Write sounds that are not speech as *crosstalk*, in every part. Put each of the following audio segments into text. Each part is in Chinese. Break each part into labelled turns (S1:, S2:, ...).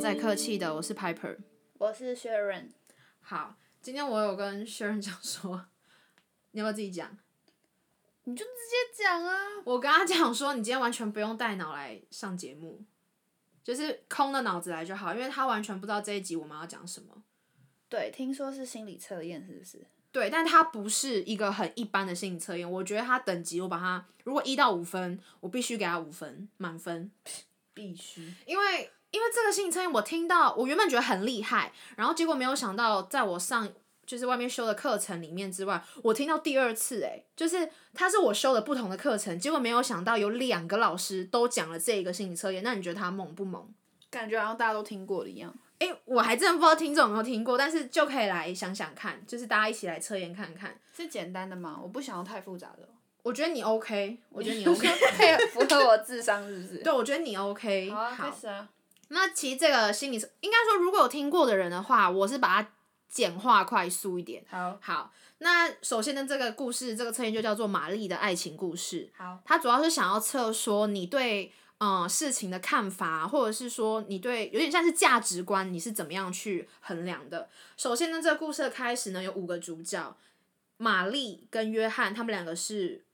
S1: 最客气的，我是 Piper。
S2: 我是 Sharon，
S1: 好，今天我有跟 Sharon 讲说， *laughs* 你要不要自己讲？
S2: 你就直接讲啊。
S1: 我跟他讲说，你今天完全不用带脑来上节目，就是空着脑子来就好，因为他完全不知道这一集我们要讲什么。
S2: 对，听说是心理测验，是不是？
S1: 对，但他不是一个很一般的心理测验，我觉得他等级我把它如果一到五分，我必须给他五分满分。
S2: 必须。
S1: 因为因为这个心理测验，我听到我原本觉得很厉害，然后结果没有想到，在我上就是外面修的课程里面之外，我听到第二次、欸，诶，就是它是我修的不同的课程，结果没有想到有两个老师都讲了这一个心理测验，那你觉得他猛不猛？
S2: 感觉好像大家都听过的一样。
S1: 诶、我还真的不知道听众有没有听过，但是就可以来想想看，就是大家一起来测验看看。
S2: 是简单的吗？我不想要太复杂的。哦
S1: 我觉得你 OK，我觉得你
S2: *laughs*
S1: OK，
S2: 配合符合我智商是不是？
S1: 对，我觉得你 OK。
S2: *laughs* 好啊，开始啊。
S1: 那其实这个心理测应该说，如果有听过的人的话，我是把它简化快速一点。
S2: 好，
S1: 好，那首先呢，这个故事这个测验就叫做玛丽的爱情故事。
S2: 好，
S1: 它主要是想要测说你对嗯、呃事情的看法，或者是说你对有点像是价值观，你是怎么样去衡量的。首先呢，这个故事的开始呢有五个主角，玛丽跟约翰他们两个是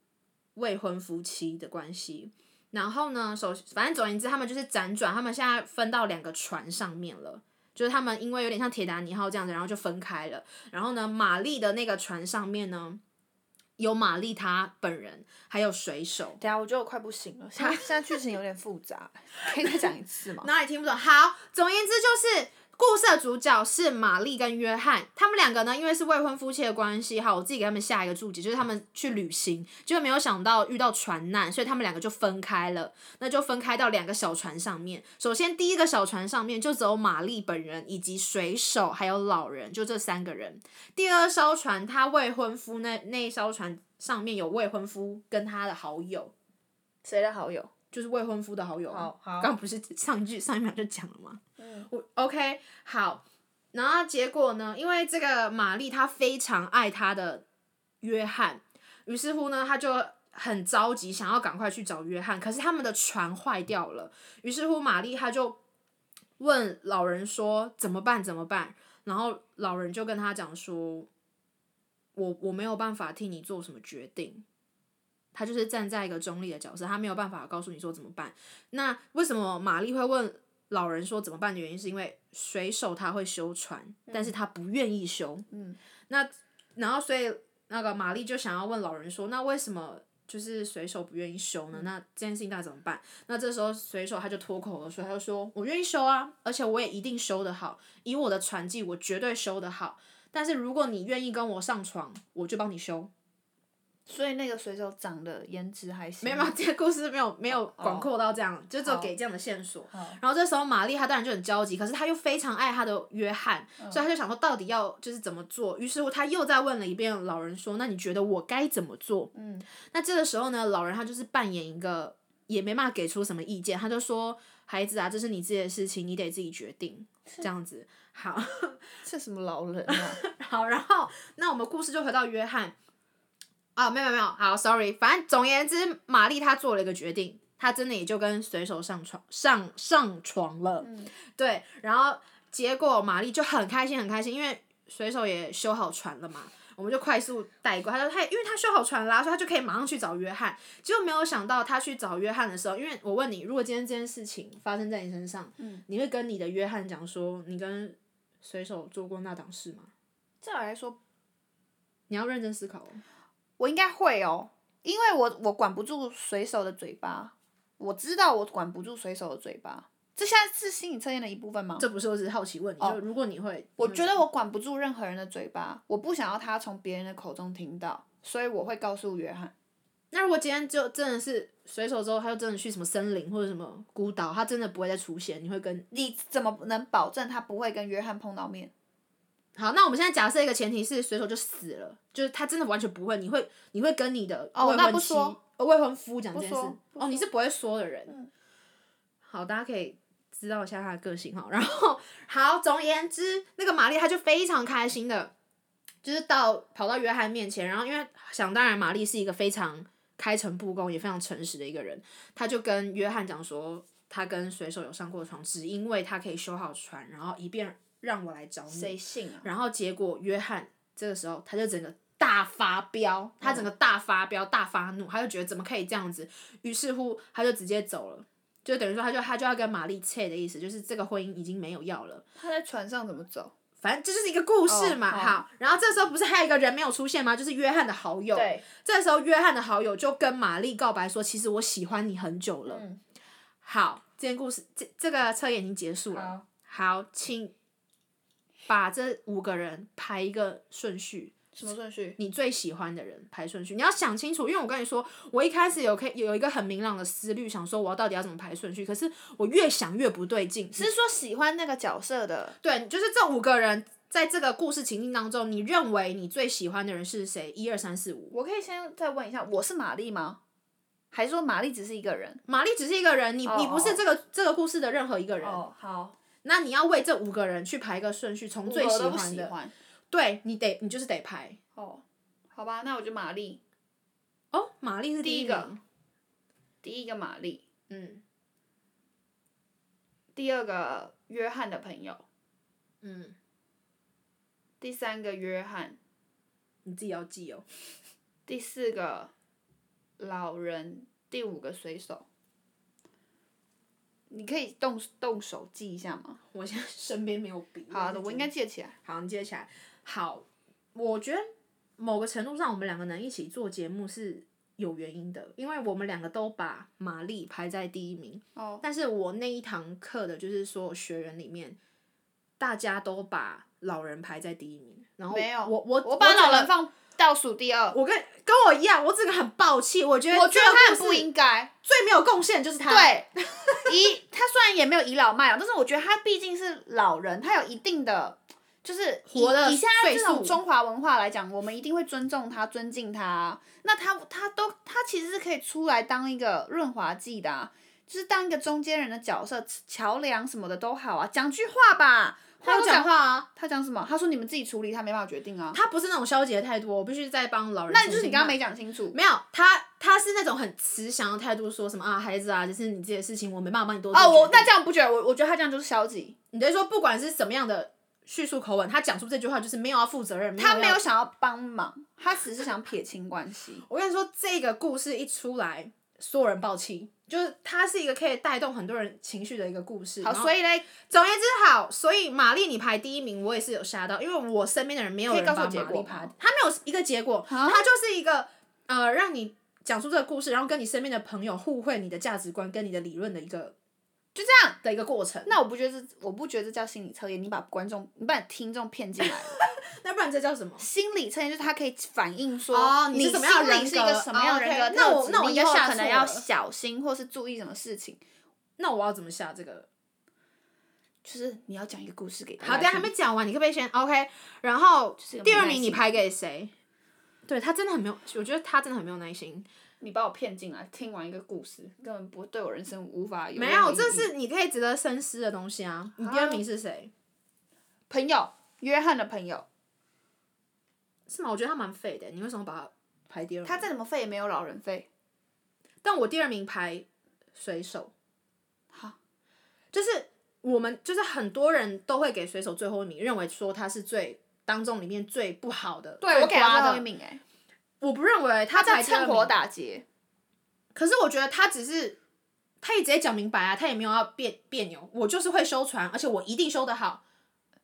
S1: 未婚夫妻的关系。然后呢，首反正总而言之，他们就是辗转，他们现在分到两个船上面了。就是他们因为有点像铁达尼号这样子，然后就分开了。然后呢，玛丽的那个船上面呢，有玛丽她本人，还有水手。
S2: 等一下我觉得我快不行了，现 *laughs* 在现在剧情有点复杂，可以再讲一次吗？
S1: 哪里听不懂？好，总而言之就是。故事的主角是玛丽跟约翰，他们两个呢，因为是未婚夫妻的关系，哈，我自己给他们下一个注解，就是他们去旅行，结果没有想到遇到船难，所以他们两个就分开了。那就分开到两个小船上面。首先，第一个小船上面就只有玛丽本人以及水手还有老人，就这三个人。第二艘船，她未婚夫那那一艘船上面有未婚夫跟他的好友，
S2: *laughs* 谁的好友？
S1: 就是未婚夫的好友啊。
S2: 好好
S1: 刚不是上一句上一秒就讲了吗？
S2: 嗯，
S1: 我 OK 好，然后结果呢？因为这个玛丽她非常爱她的约翰，于是乎呢，她就很着急，想要赶快去找约翰。可是他们的船坏掉了，于是乎玛丽她就问老人说：“怎么办？怎么办？”然后老人就跟她讲说：“我我没有办法替你做什么决定。”他就是站在一个中立的角色，他没有办法告诉你说怎么办。那为什么玛丽会问老人说怎么办的原因，是因为水手他会修船，但是他不愿意修。
S2: 嗯，
S1: 那然后所以那个玛丽就想要问老人说，那为什么就是水手不愿意修呢？那这件事情到底怎么办？那这时候水手他就脱口而出，他就说：“我愿意修啊，而且我也一定修得好，以我的船技，我绝对修得好。但是如果你愿意跟我上床，我就帮你修。”
S2: 所以那个水手长得颜值还行。
S1: 没有，没有，这个故事没有没有广阔到这样，就只有给这样的线索。然后这时候玛丽她当然就很焦急，可是她又非常爱她的约翰，所以她就想说到底要就是怎么做。于是乎她又再问了一遍老人说：“那你觉得我该怎么做？”
S2: 嗯，
S1: 那这个时候呢，老人他就是扮演一个也没办法给出什么意见，他就说：“孩子啊，这是你自己的事情，你得自己决定。”这样子，好。
S2: 是什么老人 *laughs* 啊？
S1: 好，然后那我们故事就回到约翰。啊，没有没有没有，好，sorry，反正总而言之，玛丽她做了一个决定，她真的也就跟水手上床上上床了。
S2: 嗯
S1: 对，然后结果玛丽就很开心很开心，因为水手也修好船了嘛，我们就快速带过。他说他因为他修好船啦，所以他就可以马上去找约翰。结果没有想到他去找约翰的时候，因为我问你，如果今天这件事情发生在你身上，
S2: 嗯，
S1: 你会跟你的约翰讲说你跟水手做过那档事吗？
S2: 照理来说，
S1: 你要认真思考、哦。
S2: 我应该会哦，因为我我管不住水手的嘴巴，我知道我管不住水手的嘴巴。这现在是心理测验的一部分吗？
S1: 哦这不是，我只是好奇问你，就如果你会，
S2: 我
S1: 你会
S2: 觉得我管不住任何人的嘴巴，我不想要他从别人的口中听到，所以我会告诉约翰。
S1: 那如果今天就真的是水手之后，他就真的去什么森林或者什么孤岛，他真的不会再出现，你会跟
S2: 你怎么能保证他不会跟约翰碰到面？
S1: 好？那我们现在假设一个前提是水手就死了，就是他真的完全不会，你会你会跟你的
S2: 哦
S1: 未
S2: 那
S1: 婚
S2: 不
S1: 妻
S2: 说
S1: 呃未婚夫讲这件
S2: 不
S1: 事
S2: 说不
S1: 哦，你是不会说的人。
S2: 嗯
S1: 好，大家可以知道一下他的个性哈。然后好，总而言之，那个玛丽她就非常开心的，就是到跑到约翰面前，然后因为想当然，玛丽是一个非常开诚布公也非常诚实的一个人，她就跟约翰讲说：“他跟水手有上过床，只因为他可以修好船，然后一便让我来找你。
S2: 谁信啊？
S1: 然后结果约翰这个时候他就整个大发飙，他整个大发飙、大发怒，他就觉得怎么可以这样子，于是乎他就直接走了，就等于说他就他就要跟玛丽切的意思，就是这个婚姻已经没有要了。
S2: 他在船上怎么走？
S1: 反正这就是一个故事嘛，
S2: 哦哦
S1: 好。然后这时候不是还有一个人没有出现吗？就是约翰的好友。，这时候约翰的好友就跟玛丽告白说：“其实我喜欢你很久了。
S2: 嗯
S1: 好，这件故事这这个测验已经结束了。
S2: 好，
S1: 好，请把这五个人排一个顺序，
S2: 什么顺序？
S1: 你最喜欢的人排顺序。你要想清楚，因为我跟你说，我一开始有可以有一个很明朗的思虑，想说我要到底要怎么排顺序，可是我越想越不对劲。
S2: 是说喜欢那个角色的
S1: 对，就是这五个人在这个故事情境当中，你认为你最喜欢的人是谁？一二三四五。
S2: 我可以先再问一下，我是玛丽吗？还是说玛丽只是一个人？
S1: 玛丽只是一个人，你
S2: 哦
S1: 你不是这个这个故事的任何一个人。
S2: 哦，好，
S1: 那你要为这五个人去排一个顺序，从最
S2: 我都不
S1: 欢
S2: 喜
S1: 的，
S2: 欢。
S1: 对你得你就是得排。
S2: 哦，好吧，那我就玛丽，
S1: 哦，玛丽是
S2: 第
S1: 一
S2: 一个，第一个玛丽，
S1: 嗯
S2: 第二个约翰的朋友，
S1: 嗯，
S2: 第三个约翰，
S1: 你自己要记哦。 *laughs*
S2: 第四个老人，第五个水手。你可以动动手记一下吗？
S1: 我现在身边没有笔。
S2: 好的，
S1: 就
S2: 我应该记得起来。
S1: 好，你接起来。好，我觉得某个程度上，我们两个能一起做节目是有原因的，因为我们两个都把玛丽排在第一名。
S2: 哦，
S1: 但是我那一堂课的，就是所有学员里面，大家都把老人排在第一名，然后
S2: 没有，
S1: 我我
S2: 我把老人
S1: 放，
S2: 放倒数第二，
S1: 我跟跟我一样，我整个很暴气，我觉得
S2: 我觉得他
S1: 这个
S2: 很
S1: 故
S2: 不
S1: 事
S2: 应该。
S1: 最没有贡献的就是他，，
S2: 对， *laughs* 倚他虽然也没有倚老卖老，但是我觉得他毕竟是老人，他有一定的就是以
S1: 活的
S2: 以现在
S1: 岁
S2: 这
S1: 数
S2: 种中华文化来讲，我们一定会尊重他、尊敬他。那他他都他其实是可以出来当一个润滑剂的、啊，就是当一个中间人的角色，桥梁什么的都好啊，讲句话吧。
S1: 他
S2: 他
S1: 有
S2: 都
S1: 讲
S2: 讲
S1: 话啊，
S2: 他讲什么？他说你们自己处理，他没办法决定啊。
S1: 他不是那种消极的态度，哦我必须再帮老人
S2: 那
S1: 澄清他。
S2: 你就是你刚刚没讲清楚。
S1: 没有他，他是那种很慈祥的态度，说什么啊，孩子啊，就是你自己的事情，我没办法帮你多做
S2: 哦，我
S1: 决定
S2: 那这样不觉得我我觉得他这样就是消极，
S1: 你等于说，不管是什么样的叙述口吻，他讲出这句话就是没有要负责任，
S2: 他没
S1: 要
S2: 有。想要帮忙，他只是想撇清关 *laughs* 系。
S1: 我跟你说，这个故事一出来，所有人爆气，就是它是一个可以带动很多人情绪的一个故事。
S2: 好，所
S1: 以
S2: 以嘞，
S1: 总而言之，好，所以玛丽你排第一名，我也是有吓到，因为我身边的人没有
S2: 可以
S1: 人
S2: 告
S1: 把
S2: 诉
S1: 玛
S2: 我结
S1: 丽
S2: 果
S1: 排
S2: 吗，
S1: 他没有一个结果，
S2: 啊
S1: 他就是一个呃，让你讲出这个故事，然后跟你身边的朋友互惠你的价值观跟你的理论的一个
S2: 就这样。
S1: 的一个过程。
S2: 那我不觉得这，我不觉得这叫心理测验，你把观众，你把听众骗进来 *laughs* 了。
S1: 那不然这叫什么？
S2: 心理测验就是它可以反映说，
S1: 哦你
S2: 你
S1: 是什么样的
S2: 心
S1: 人
S2: 理是
S1: 格
S2: 一个什么样的人格
S1: 哦
S2: 特
S1: ，OK，
S2: 质，
S1: 那我那我
S2: 你
S1: 以
S2: 以
S1: 后
S2: 后
S1: 下
S2: 可能
S1: 错
S2: 要
S1: 了
S2: 小心，或是注意什么事情。
S1: 那我要怎么下这个？
S2: 就是你要讲一个故事给大家
S1: 好，
S2: 听。
S1: 等一下还没讲完，你可不可以先 OK？然后
S2: 是个
S1: 第
S2: 没
S1: 二
S2: 耐
S1: 名你
S2: 心
S1: 排给谁？对他真的很没有，我觉得他真的很没有耐心。
S2: 你把我骗进来，听完一个故事，根本不对我人生无法有
S1: 没
S2: 任何
S1: 有，这
S2: 意义
S1: 是你可以值得深思的东西啊。你第二名是谁？
S2: 朋友约翰的朋友，
S1: 啊是吗？我觉得他蛮废的，你为什么把他排第二名？
S2: 他再怎么废也没有老人废。
S1: 但我第二名排水手，
S2: 好，
S1: 就是我们就是很多人都会给水手最后一名，认为说他是最当中里面最不好的，
S2: 对我给他最
S1: 他
S2: 后一，名哎、
S1: 我不认为他
S2: 他在
S1: 排第二
S2: 趁
S1: 名
S2: 火打劫。
S1: 可是我觉得他只是，他也直接讲明白啊，他也没有要别别扭，我就是会修船，而且我一定修得好。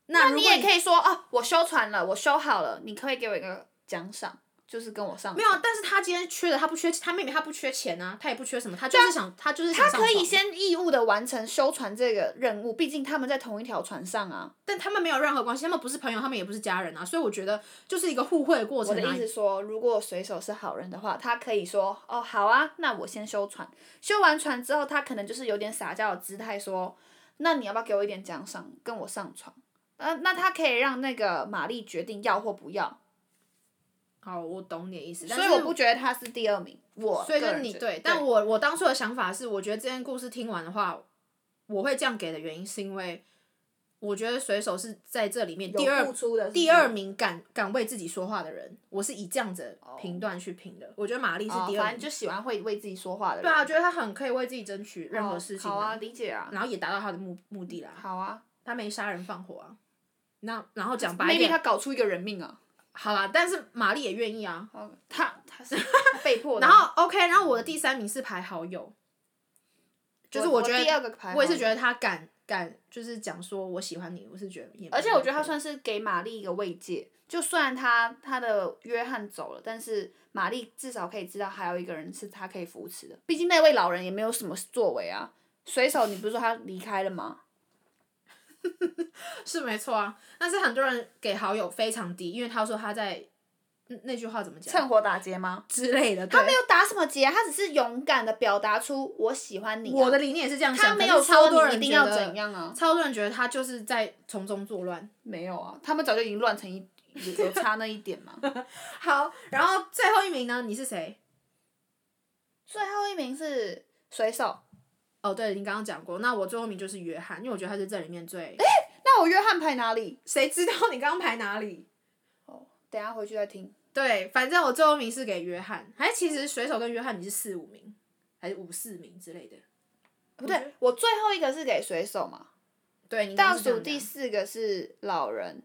S1: 那
S2: 那
S1: 如
S2: 你
S1: 果
S2: 也可以说哦，我修船了，我修好了，你可不可以给我一个奖赏，就是跟我上。
S1: 没有，但是他今天缺的，他不缺，他妹妹他不缺钱啊，他也不缺什么，他就是想，他就是想
S2: 他可
S1: 上
S2: 以
S1: 床，啊
S2: 先义务的完成修船这个任务，毕竟他们在同一条船上啊。
S1: 但他们没有任何关系，他们不是朋友，他们也不是家人啊，所以我觉得就是一个互惠的过
S2: 我
S1: 程
S2: 的
S1: 啊
S2: 意。思说，如果水手是好人的话，他可以说哦，好啊，那我先修船。修完船之后，他可能就是有点撒娇的姿态说，那你要不要给我一点奖赏，跟我上床？呃，那他可以让那个玛丽决定要或不要，
S1: 好，我懂你的意思，但
S2: 所以
S1: 是
S2: 我不觉得他是第二名。我
S1: 所以就
S2: 个
S1: 是
S2: 人
S1: 你
S2: 觉得
S1: 对，但我我当初的想法是，我觉得这件故事听完的话，我会这样给的原因是因为我觉得水手是在这里面第
S2: 有
S1: 二
S2: 付出的是不是
S1: 第二名敢敢为自己说话的人，我是以这样子的评断去评的。我觉得玛丽是
S2: 哦
S1: 第二
S2: 反
S1: 名，
S2: 正就喜欢会为自己说话的人。
S1: 对啊，我觉得她很可以为自己争取任何
S2: 哦
S1: 事情、
S2: 好啊，，理解啊，
S1: 然后也达到她的目目的啦。
S2: 好啊。
S1: 她没杀人放火啊，那然后讲白一
S2: maybe
S1: 点，
S2: 他搞出一个人命啊，
S1: 好啦，但是玛丽也愿意啊。
S2: 好他他 *laughs* 是他被迫的。
S1: 然后 OK，然后我的第三名是排好友，就是
S2: 我
S1: 觉得
S2: 第二个排，
S1: 我也是觉得他敢敢就是讲说我喜欢你，我是觉得也蛮
S2: *laughs* 而且我觉得他
S1: 厉害的
S2: 算是给玛丽一个慰藉，就虽然他他的约翰走了，但是玛丽至少可以知道还有一个人是他可以扶持的。毕竟那位老人也没有什么作为啊。水手，你不是说他离开了吗？ *laughs*
S1: 是没错啊，但是很多人给好友非常低，因为他说他在嗯那句话怎么讲
S2: 趁火打劫吗？
S1: 之类的，
S2: 他
S1: 对
S2: 没。有打什么劫啊，他只是勇敢的表达出我喜欢你啊、
S1: 我的理念也是这样想，
S2: 他没
S1: 可
S2: 有
S1: 是超多
S2: 说
S1: 人
S2: 你一定
S1: 觉
S2: 要
S1: 得
S2: 怎样啊？
S1: 超多人觉得他就是在从中作乱。
S2: 没有啊，他们早就已经乱成一有有差那一点
S1: *laughs*
S2: 嘛。
S1: 好，然后最后一名呢？你是谁？
S2: 最后一名是水手，
S1: 哦，对，你刚刚讲过。那我最后一名就是约翰，因为我觉得他是这里面最……
S2: 那我约翰排哪里？
S1: 谁知
S2: *laughs*
S1: 道你刚刚排哪里？
S2: 哦，等一下回去再听。
S1: 对，反正我最后一名是给约翰，还其实水手跟约翰你是四五名，还是五四名之类的？
S2: 不
S1: 我觉
S2: 对，我最后一个是给水手嘛，
S1: 对，你刚
S2: 倒
S1: 刚是这
S2: 数
S1: 样啊
S2: 第
S1: 讲
S2: 四个是老人，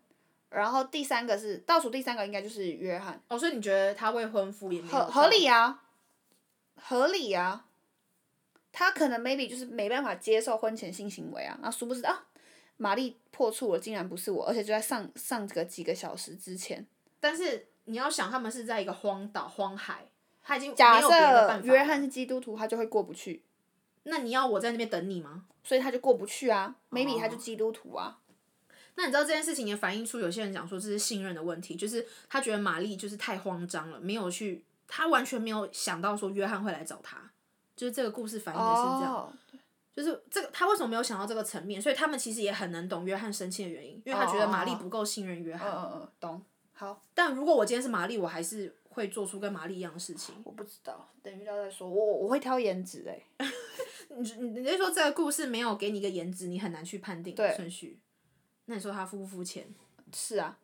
S2: 然后第三个是倒数第三个应该就是约翰，
S1: 哦，所以你觉得他未婚夫也没
S2: 合
S1: 有
S2: 合
S1: 到
S2: 理啊，合理啊。他可能 maybe 就是没办法接受婚前性行为啊，那殊不知啊，玛丽破处了，竟然不是我，而且就在上上个几个小时之前。
S1: 但是你要想，他们是在一个荒岛、荒海，他已经
S2: 假
S1: 没有别的办
S2: 设
S1: 法
S2: 约翰
S1: 了，
S2: 是基督徒，他就会过不去，
S1: 那你要我在那边等你吗？
S2: 所以他就过不去啊。maybe 他就
S1: 哦
S2: 基督徒啊，
S1: 那你知道这件事情也反映出有些人讲说这是信任的问题，就是他觉得玛丽就是太慌张了，没有去，他完全没有想到说约翰会来找他，就是这个故事反映的是这样。
S2: 哦，
S1: 就是这个，他为什么没有想到这个层面？所以他们其实也很能懂约翰生气的原因，因为他觉得玛丽不够信任约
S2: 嗯
S1: 翰。
S2: 嗯嗯，懂。好，
S1: 但如果我今天是玛丽，我还是会做出跟玛丽一样的事情。
S2: 我不知道，等遇到再说。我我我会挑颜值哎、
S1: 你你你是说这个故事没有给你一个颜值，你很难去判定
S2: 对
S1: 顺序？那你说他肤不肤浅？
S2: 是啊，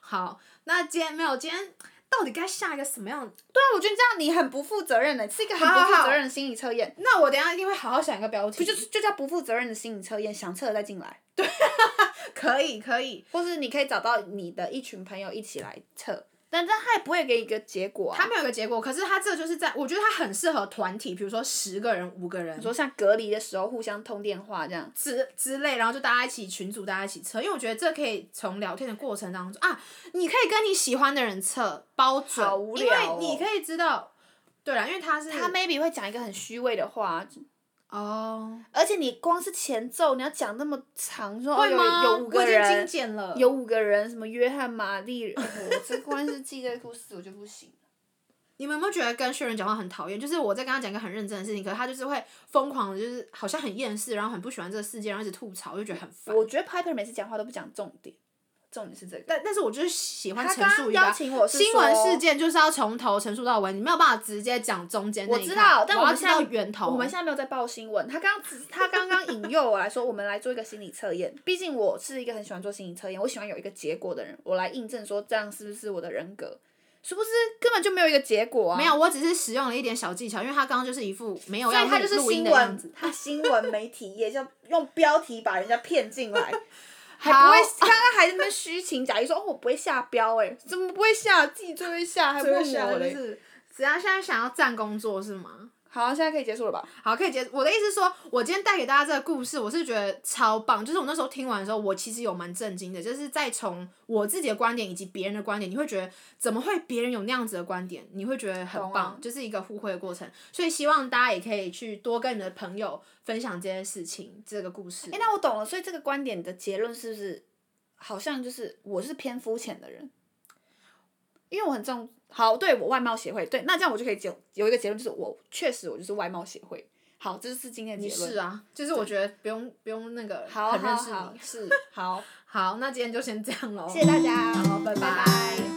S1: 好，那今天没有，今天到底该下一个什么样？
S2: 对啊，我觉得这样你很不负责任的、欸是一个很
S1: 好好
S2: 不负
S1: 好
S2: 责任的心理测验。
S1: 那我等一下一定会好好想一个标题，
S2: 不就是就叫不负责任的心理测验？想测了再进来，
S1: 可以可以。
S2: 或是你可以找到你的一群朋友一起来测，但这样他也不会给你一个结果啊。
S1: 他没有一个结果，可是他这就是在，我觉得他很适合团体，比如说十个人、五个人
S2: 你，说像隔离的时候互相通电话这样，
S1: 之之类，然后就大家一起群组，大家一起测，因为我觉得这可以从聊天的过程当中啊，你可以跟你喜欢的人测，包准，
S2: 好无
S1: 因为
S2: 聊哦
S1: 你可以知道，对啦，因为他是
S2: 他 maybe 会讲一个很虚伪的话，
S1: 哦，
S2: 而且你光是前奏你要讲那么长，说哦
S1: 会吗？
S2: 有有五个
S1: 我已经精
S2: 人，
S1: 简了，
S2: 有五个人，什么约翰、玛丽，哎 *laughs* 我这光是记这个故事我就不行。
S1: 你们有没有觉得跟薛仁讲话很讨厌？就是我在跟他讲一个很认真的事情，可是他就是会疯狂的，就是好像很厌世，然后很不喜欢这个世界，然后一直吐槽，就觉得很烦。
S2: 我觉得 Piper 每次讲话都不讲重点，重点是这个。
S1: 但但是我就是喜欢
S2: 他
S1: 陈
S2: 刚
S1: 述
S2: 刚
S1: 一个
S2: 邀请我是
S1: 新闻
S2: 说
S1: 事，件，就是要从头陈述到尾，你没有办法直接讲中间那
S2: 我
S1: 一
S2: 知
S1: 趴
S2: 道，但
S1: 我
S2: 我
S1: 要
S2: 们
S1: 知
S2: 现在
S1: 道源头。
S2: 我们现在没有在报新闻。他刚只他刚刚引诱我来说，我们来做一个心理测验。毕竟我是一个很喜欢做心理测验，我喜欢有一个结果的人，我来印证说这样是不是我的人格，是不是根本就没有一个结果啊？
S1: 没有，我只是使用了一点小技巧，因为他刚刚就是一副没有
S2: 所
S1: 要
S2: 以他就是
S1: 录录音
S2: 新
S1: 的样
S2: 闻
S1: 子。，
S2: 他新闻媒体也就用标题把人家骗进来，还不会刚刚还在那边虚情假意说哦我不会下标哎、怎么不会下？自己最会下，还
S1: 最
S2: 问
S1: 后想
S2: 我
S1: 的 *laughs* 就 *laughs*
S2: 嘞。
S1: 是，只要现在想要占工作是吗？
S2: 好，啊现在可以结束了吧？
S1: 好，可以结。我的意思是说，我今天带给大家这个故事，我是觉得超棒。就是我那时候听完的时候，我其实有蛮震惊的，就是再从我自己的观点以及别人的观点，你会觉得怎么会别人有那样子的观点，你会觉得很
S2: 懂
S1: 棒，
S2: 啊
S1: 就是一个互惠的过程。所以希望大家也可以去多跟你的朋友分享这件事情，这个故事。
S2: 哎、那我懂了，所以这个观点的结论是不是好像就是我是偏肤浅的人？因为我很重好，对我外貌协会，对，那这样我就可以结有一个结论，就是我确实我就是外貌协会。好，这是今天的
S1: 你
S2: 结论。
S1: 是啊，就是我觉得不用不用那个
S2: 好啊
S1: 很
S2: 好
S1: 认识你。
S2: 好，是好，
S1: 好，那今天就先这样喽，
S2: 谢谢大家，
S1: 好，拜
S2: 拜
S1: 拜
S2: 拜